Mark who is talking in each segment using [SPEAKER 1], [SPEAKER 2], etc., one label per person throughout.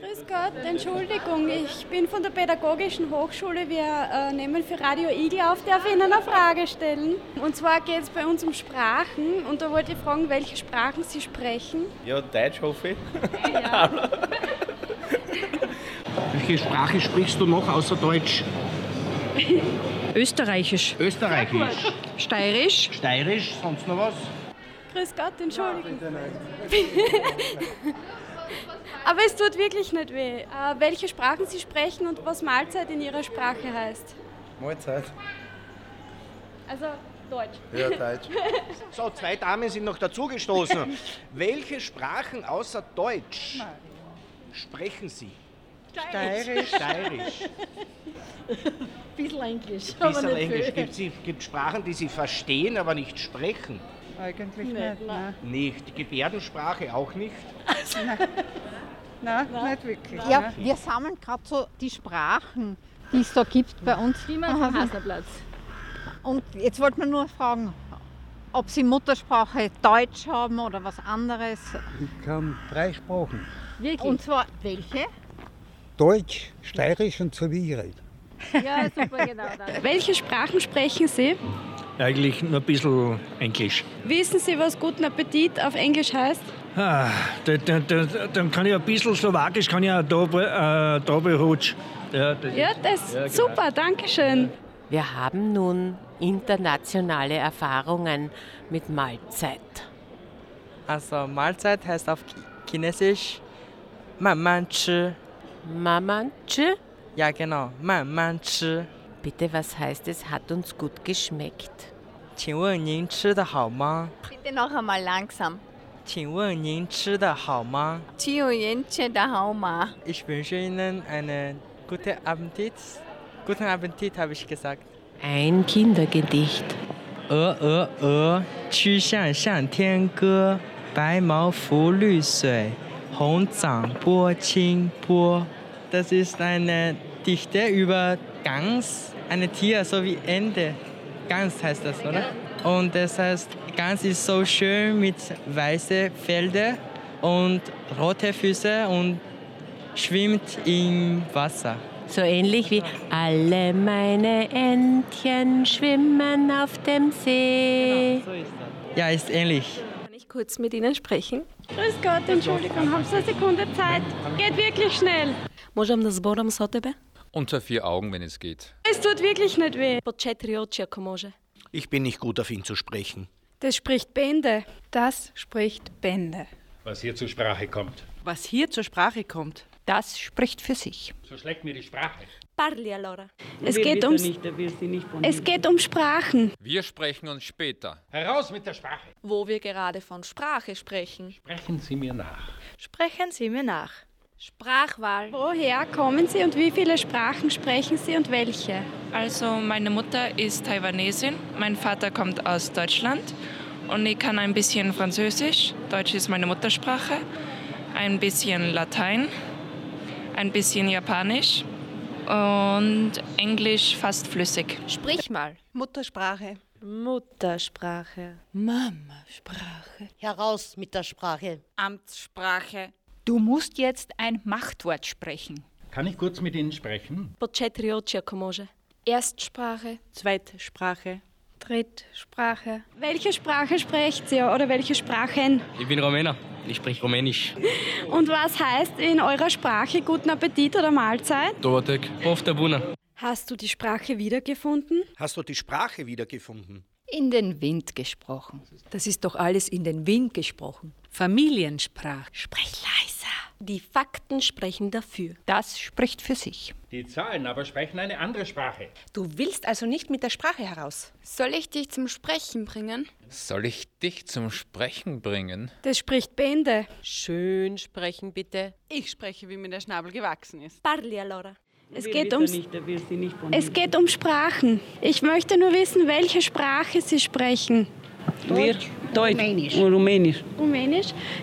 [SPEAKER 1] Grüß Gott, Entschuldigung, ich bin von der Pädagogischen Hochschule. Wir äh, nehmen für Radio Igel auf. Darf ich Ihnen eine Frage stellen? Und zwar geht es bei uns um Sprachen und da wollte ich fragen, welche Sprachen Sie sprechen.
[SPEAKER 2] Ja, Deutsch hoffe ich.
[SPEAKER 3] Welche Sprache sprichst du noch außer Deutsch?
[SPEAKER 4] Österreichisch,
[SPEAKER 3] Österreichisch,
[SPEAKER 4] steirisch,
[SPEAKER 3] Steirisch, sonst noch was?
[SPEAKER 1] Grüß Gott, Entschuldigung. Aber es tut wirklich nicht weh. Äh, welche Sprachen Sie sprechen und was Mahlzeit in Ihrer Sprache heißt.
[SPEAKER 5] Mahlzeit.
[SPEAKER 1] Also Deutsch.
[SPEAKER 5] Ja, Deutsch.
[SPEAKER 3] So, zwei Damen sind noch dazugestoßen. Welche Sprachen außer Deutsch sprechen Sie? Steirisch. Steirisch.
[SPEAKER 6] Bisschen Englisch. aber
[SPEAKER 3] Bisschen
[SPEAKER 6] nicht
[SPEAKER 3] Englisch.
[SPEAKER 6] viel.
[SPEAKER 3] Gibt es Sprachen, die Sie verstehen, aber nicht sprechen?
[SPEAKER 7] Eigentlich
[SPEAKER 6] Nein,
[SPEAKER 7] nicht, nein.
[SPEAKER 3] Nicht. Die Gebärdensprache auch nicht.
[SPEAKER 7] Nein, nicht wirklich.
[SPEAKER 8] Ja, wir sammeln gerade so die Sprachen, die es da gibt bei uns.
[SPEAKER 6] Prima vom Hasnerplatz.
[SPEAKER 8] Und jetzt wollte man nur fragen, ob Sie Muttersprache Deutsch haben oder was anderes.
[SPEAKER 5] Ich kann drei Sprachen.
[SPEAKER 6] Wirklich.
[SPEAKER 8] Und zwar welche?
[SPEAKER 5] Deutsch, Steirisch und Zwiebeln.
[SPEAKER 6] ja, super, genau. Dann.
[SPEAKER 1] Welche Sprachen sprechen Sie?
[SPEAKER 9] Eigentlich nur ein bisschen Englisch.
[SPEAKER 1] Wissen Sie, was guten Appetit auf Englisch heißt?
[SPEAKER 9] Ah, da, da, da, dann kann ich ein bisschen Slowakisch, kann ich auch Dobre, äh, Dobre Rutsch. Ja, das
[SPEAKER 1] Ja,
[SPEAKER 9] ist-
[SPEAKER 1] das
[SPEAKER 9] Ja, genau.
[SPEAKER 1] super, danke schön.
[SPEAKER 10] Wir haben nun internationale Erfahrungen mit Mahlzeit.
[SPEAKER 7] Also Mahlzeit heißt auf Chinesisch Manmanchi.
[SPEAKER 10] Mamanche,
[SPEAKER 7] Ja genau, Manmanchi.
[SPEAKER 10] bitte was heißt es, hat uns gut geschmeckt.
[SPEAKER 7] 请问您吃的好吗？啊
[SPEAKER 8] Bitte noch einmal langsam.
[SPEAKER 7] 请问您吃的好吗？
[SPEAKER 8] Chiuyenche da Hauma.
[SPEAKER 7] Ich wünsche Ihnen einen guten Appetit. Guten Appetit habe ich gesagt.
[SPEAKER 10] Ein Kindergedicht.
[SPEAKER 7] 鹅鹅鹅，曲项向天歌，白毛浮绿水，红掌拨清波。Das ist eine Dichte über Gans, ein Tier so wie Ente. Gans heißt das, oder? Und das heißt, Gans ist so schön mit weißen Feldern und rote Füße und schwimmt im Wasser.
[SPEAKER 10] So ähnlich wie alle meine Entchen schwimmen auf dem See.
[SPEAKER 7] Ja, ist ähnlich.
[SPEAKER 11] Kann ich kurz mit Ihnen sprechen?
[SPEAKER 1] Grüß Gott, Entschuldigung, haben Sie eine Sekunde Zeit? Geht wirklich schnell.
[SPEAKER 11] Можем да зборам со тебе?
[SPEAKER 12] Unter vier Augen, wenn es geht.
[SPEAKER 1] Es tut wirklich nicht weh.
[SPEAKER 11] По четири очи, ако може.
[SPEAKER 3] Ich bin nicht gut auf ihn zu sprechen.
[SPEAKER 1] Das spricht Bände.
[SPEAKER 4] das spricht Bände.
[SPEAKER 2] Was hier zur Sprache kommt.
[SPEAKER 4] Was hier zur Sprache kommt, das spricht für sich.
[SPEAKER 2] So schlägt mir die Sprache.
[SPEAKER 11] Парли, Алора.
[SPEAKER 1] Es geht, ums, es geht um Sprachen.
[SPEAKER 12] Wir sprechen uns später.
[SPEAKER 2] Heraus mit der Sprache.
[SPEAKER 11] Wo wir gerade von Sprache sprechen.
[SPEAKER 2] Sprechen Sie mir nach.
[SPEAKER 4] Sprechen Sie mir nach.
[SPEAKER 11] Sprachwahl.
[SPEAKER 1] Woher kommen Sie und wie viele Sprachen sprechen Sie und welche?
[SPEAKER 4] Also meine Mutter ist Taiwanesin, mein Vater kommt aus Deutschland und ich kann ein bisschen Französisch, Deutsch ist meine Muttersprache, ein bisschen Latein, ein bisschen Japanisch und Englisch fast flüssig.
[SPEAKER 10] Sprich mal.
[SPEAKER 4] Muttersprache.
[SPEAKER 11] Muttersprache.
[SPEAKER 10] Heraus mit der Sprache.
[SPEAKER 4] Amtssprache. Du musst jetzt ein Machtwort sprechen.
[SPEAKER 2] Kann ich kurz mit Ihnen sprechen?
[SPEAKER 11] По четири очи, ако може. Erstsprache.
[SPEAKER 4] Zweitsprache. Drittsprache.
[SPEAKER 1] Welche Sprache sprecht Sie oder welche Sprachen?
[SPEAKER 7] Ich bin Rumäner. Ich spreche Rumänisch.
[SPEAKER 1] Und was heißt in eurer Sprache guten Appetit oder Mahlzeit?
[SPEAKER 12] Dovatek.
[SPEAKER 7] Auf der Buna.
[SPEAKER 1] Hast du die Sprache wiedergefunden?
[SPEAKER 3] Hast du die Sprache wiedergefunden?
[SPEAKER 4] In den Wind gesprochen.
[SPEAKER 11] Das ist doch alles in den Wind gesprochen.
[SPEAKER 4] Familiensprache.
[SPEAKER 11] Sprech leiser. Die Fakten sprechen dafür.
[SPEAKER 4] Das spricht für sich.
[SPEAKER 2] Die Zahlen aber sprechen eine andere Sprache.
[SPEAKER 4] Du willst also nicht mit der Sprache heraus.
[SPEAKER 8] Soll ich dich zum Sprechen bringen?
[SPEAKER 12] Soll ich dich zum Sprechen bringen?
[SPEAKER 1] Das spricht Bände.
[SPEAKER 10] Schön sprechen bitte.
[SPEAKER 4] Ich spreche, wie mir der Schnabel gewachsen ist.
[SPEAKER 11] Parli, Alora.
[SPEAKER 1] Es geht, ums, es geht um Sprachen. Ich möchte nur wissen, welche Sprache Sie sprechen.
[SPEAKER 7] Deutsch.
[SPEAKER 1] Rumänisch.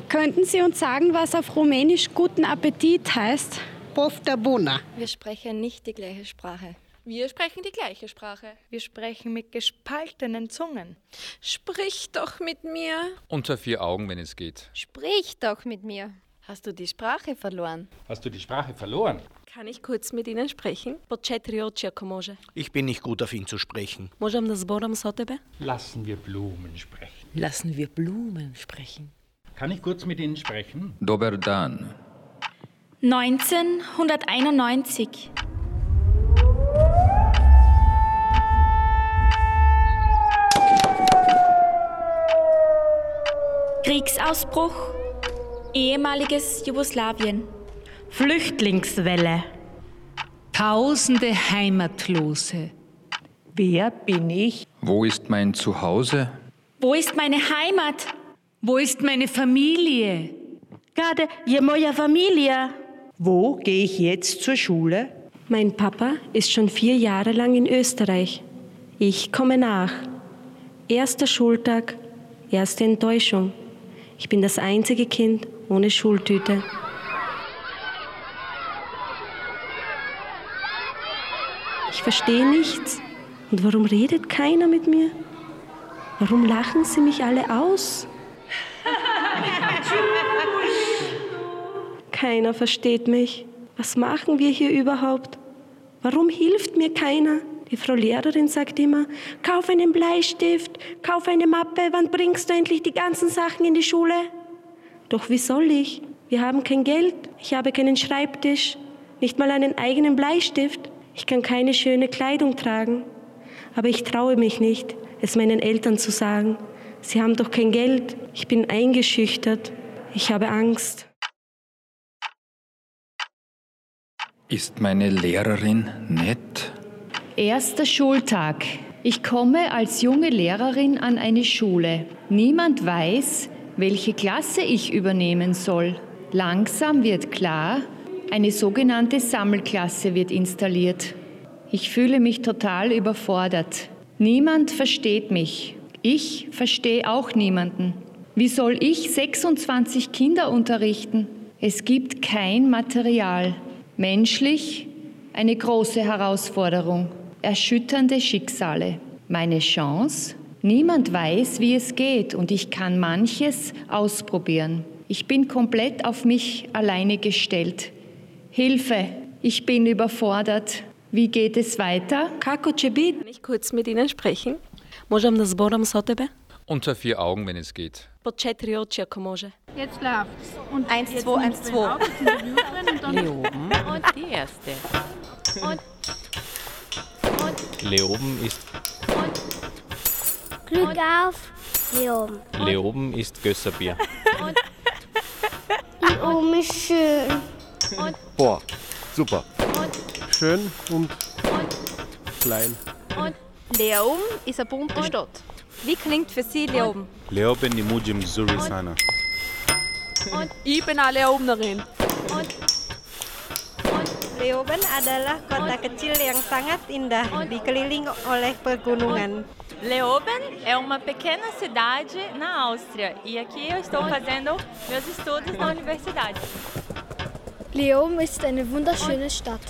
[SPEAKER 1] Könnten Sie uns sagen, was auf Rumänisch guten Appetit heißt?
[SPEAKER 11] Wir sprechen nicht die gleiche Sprache. Wir sprechen die gleiche Sprache.
[SPEAKER 4] Wir sprechen mit gespaltenen Zungen.
[SPEAKER 11] Sprich doch mit mir.
[SPEAKER 12] Unter vier Augen, wenn es geht.
[SPEAKER 11] Sprich doch mit mir.
[SPEAKER 13] Hast du die Sprache verloren?
[SPEAKER 14] Hast du die Sprache verloren?
[SPEAKER 13] Kann ich kurz mit Ihnen sprechen? Pochetriocheko može.
[SPEAKER 3] Ich bin nicht gut auf ihn zu sprechen.
[SPEAKER 13] Možem na zborom sotebe?
[SPEAKER 14] Lassen wir Blumen sprechen.
[SPEAKER 7] Lassen wir Blumen sprechen.
[SPEAKER 14] Kann ich kurz mit Ihnen sprechen?
[SPEAKER 15] Dober dan.
[SPEAKER 16] 1991. Kriegsausbruch, ehemaliges Jugoslawien.
[SPEAKER 10] Flüchtlingswelle. Tausende Heimatlose. Wer bin ich?
[SPEAKER 15] Wo ist mein Zuhause?
[SPEAKER 16] Wo ist meine Heimat?
[SPEAKER 10] Wo ist meine Familie?
[SPEAKER 1] Gerade je moja Familie.
[SPEAKER 17] Wo gehe ich jetzt zur Schule?
[SPEAKER 1] Mein Papa ist schon vier Jahre lang in Österreich. Ich komme nach. Erster Schultag, erste Enttäuschung. Ich bin das einzige Kind ohne Schultüte. Ich verstehe nichts. Und warum redet keiner mit mir? Warum lachen sie mich alle aus? Keiner versteht mich. Was machen wir hier überhaupt? Warum hilft mir keiner? Die Frau Lehrerin sagt immer, kauf einen Bleistift, kauf eine Mappe, wann bringst du endlich die ganzen Sachen in die Schule? Doch wie soll ich? Wir haben kein Geld, ich habe keinen Schreibtisch, nicht mal einen eigenen Bleistift, ich kann keine schöne Kleidung tragen. Aber ich traue mich nicht, es meinen Eltern zu sagen. Sie haben doch kein Geld, ich bin eingeschüchtert, ich habe Angst.
[SPEAKER 15] Ist meine Lehrerin nett?
[SPEAKER 18] Erster Schultag. Ich komme als junge Lehrerin an eine Schule. Niemand weiß, welche Klasse ich übernehmen soll. Langsam wird klar, eine sogenannte Sammelklasse wird installiert. Ich fühle mich total überfordert. Niemand versteht mich. Ich verstehe auch niemanden. Wie soll ich 26 Kinder unterrichten? Es gibt kein Material. Menschlich eine große Herausforderung erschütternde Schicksale. Meine Chance? Niemand weiß, wie es geht und ich kann manches ausprobieren. Ich bin komplett auf mich alleine gestellt. Hilfe, ich bin überfordert. Wie geht es weiter?
[SPEAKER 13] Kako Cebi, kann ich kurz mit Ihnen sprechen? Možem na zborom sotebe?
[SPEAKER 15] Unter vier Augen, wenn es geht.
[SPEAKER 13] Pochetriocheko može.
[SPEAKER 19] Jetzt läuft's. Und
[SPEAKER 13] Eins,
[SPEAKER 19] jetzt
[SPEAKER 13] zwei,
[SPEAKER 19] nimmt
[SPEAKER 13] eins,
[SPEAKER 19] man
[SPEAKER 13] zwei.
[SPEAKER 19] auf, jetzt nimmt man und dann-
[SPEAKER 7] Leoben.
[SPEAKER 19] Und
[SPEAKER 7] Die erste.
[SPEAKER 19] Und
[SPEAKER 20] Leoben ist,
[SPEAKER 21] Glück auf, Leoben.
[SPEAKER 20] Leoben ist Gösserbier.
[SPEAKER 21] Leoben ist schön.
[SPEAKER 22] Boah, super. Schön und klein.
[SPEAKER 23] Und Leoben ist eine bunte Stadt. Wie klingt für Sie Leoben?
[SPEAKER 5] Leoben ni mji mzuri sana.
[SPEAKER 23] Und ich bin eine Leobenerin.
[SPEAKER 8] Leoben adalah kota kecil yang sangat indah dikeliling oleh pegunungan.
[SPEAKER 24] Leoben é uma pequena cidade na Áustria e aqui eu estou fazendo meus estudos na universidade.
[SPEAKER 21] Leoben ist eine wunderschöne Stadt.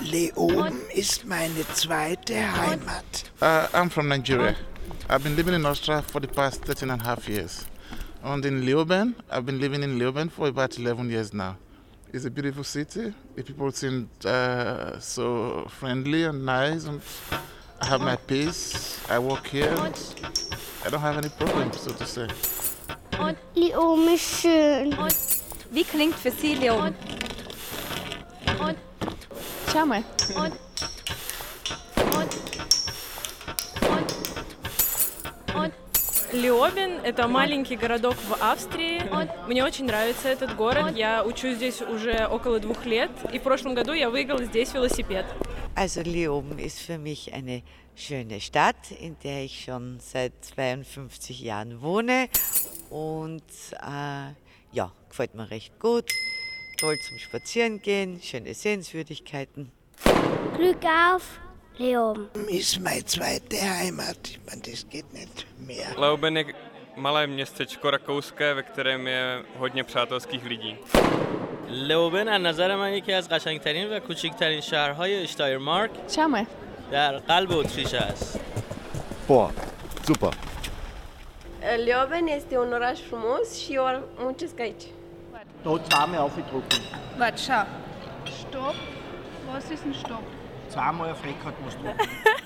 [SPEAKER 25] Leoben ist meine zweite Heimat.
[SPEAKER 26] Uh, I'm from Nigeria. I've been living in Austria for the past 13 and a half years. And in Leoben, I've been living in Leoben for about 11 years now. It's a beautiful city. The people seem uh, so friendly and nice. And I have my peace. I work here. And I don't have any problems, so to say.
[SPEAKER 21] Leoben ist schön.
[SPEAKER 23] Wie klingt für Sie Leoben? Schau mal.
[SPEAKER 27] Леобин – это маленький городок в Австрии. Мне очень нравится этот город. Я учусь здесь уже около двух лет. И в прошлом году я выиграла здесь велосипед.
[SPEAKER 7] Also Leoben ist für mich eine schöne Stadt, in der ich schon seit 52 Jahren wohne. Und äh, ja, gefällt mir recht gut. Toll zum Spazierengehen, schöne Sehenswürdigkeiten.
[SPEAKER 21] Glück auf, Leoben.
[SPEAKER 25] Ist meine zweite Heimat. Ich meine, das geht nicht mehr.
[SPEAKER 28] Leoben je malé městečko rakouské, ve kterém je hodně přátelských lidí.
[SPEAKER 29] لوبن از نظر من یکی از قشنگترین و کوچکترین شهرهای اشتایرمارک
[SPEAKER 23] Schau mal.
[SPEAKER 29] در قلب اتریش است.
[SPEAKER 22] Boah, super.
[SPEAKER 30] Leoben este un oraș frumos și eu am muncesc aici.
[SPEAKER 3] Da hat zweimal aufgedruckt.
[SPEAKER 8] Warte, schau. Stopp. Was ist ein Stopp?
[SPEAKER 3] Zweimal eine Frechheit musst du drucken.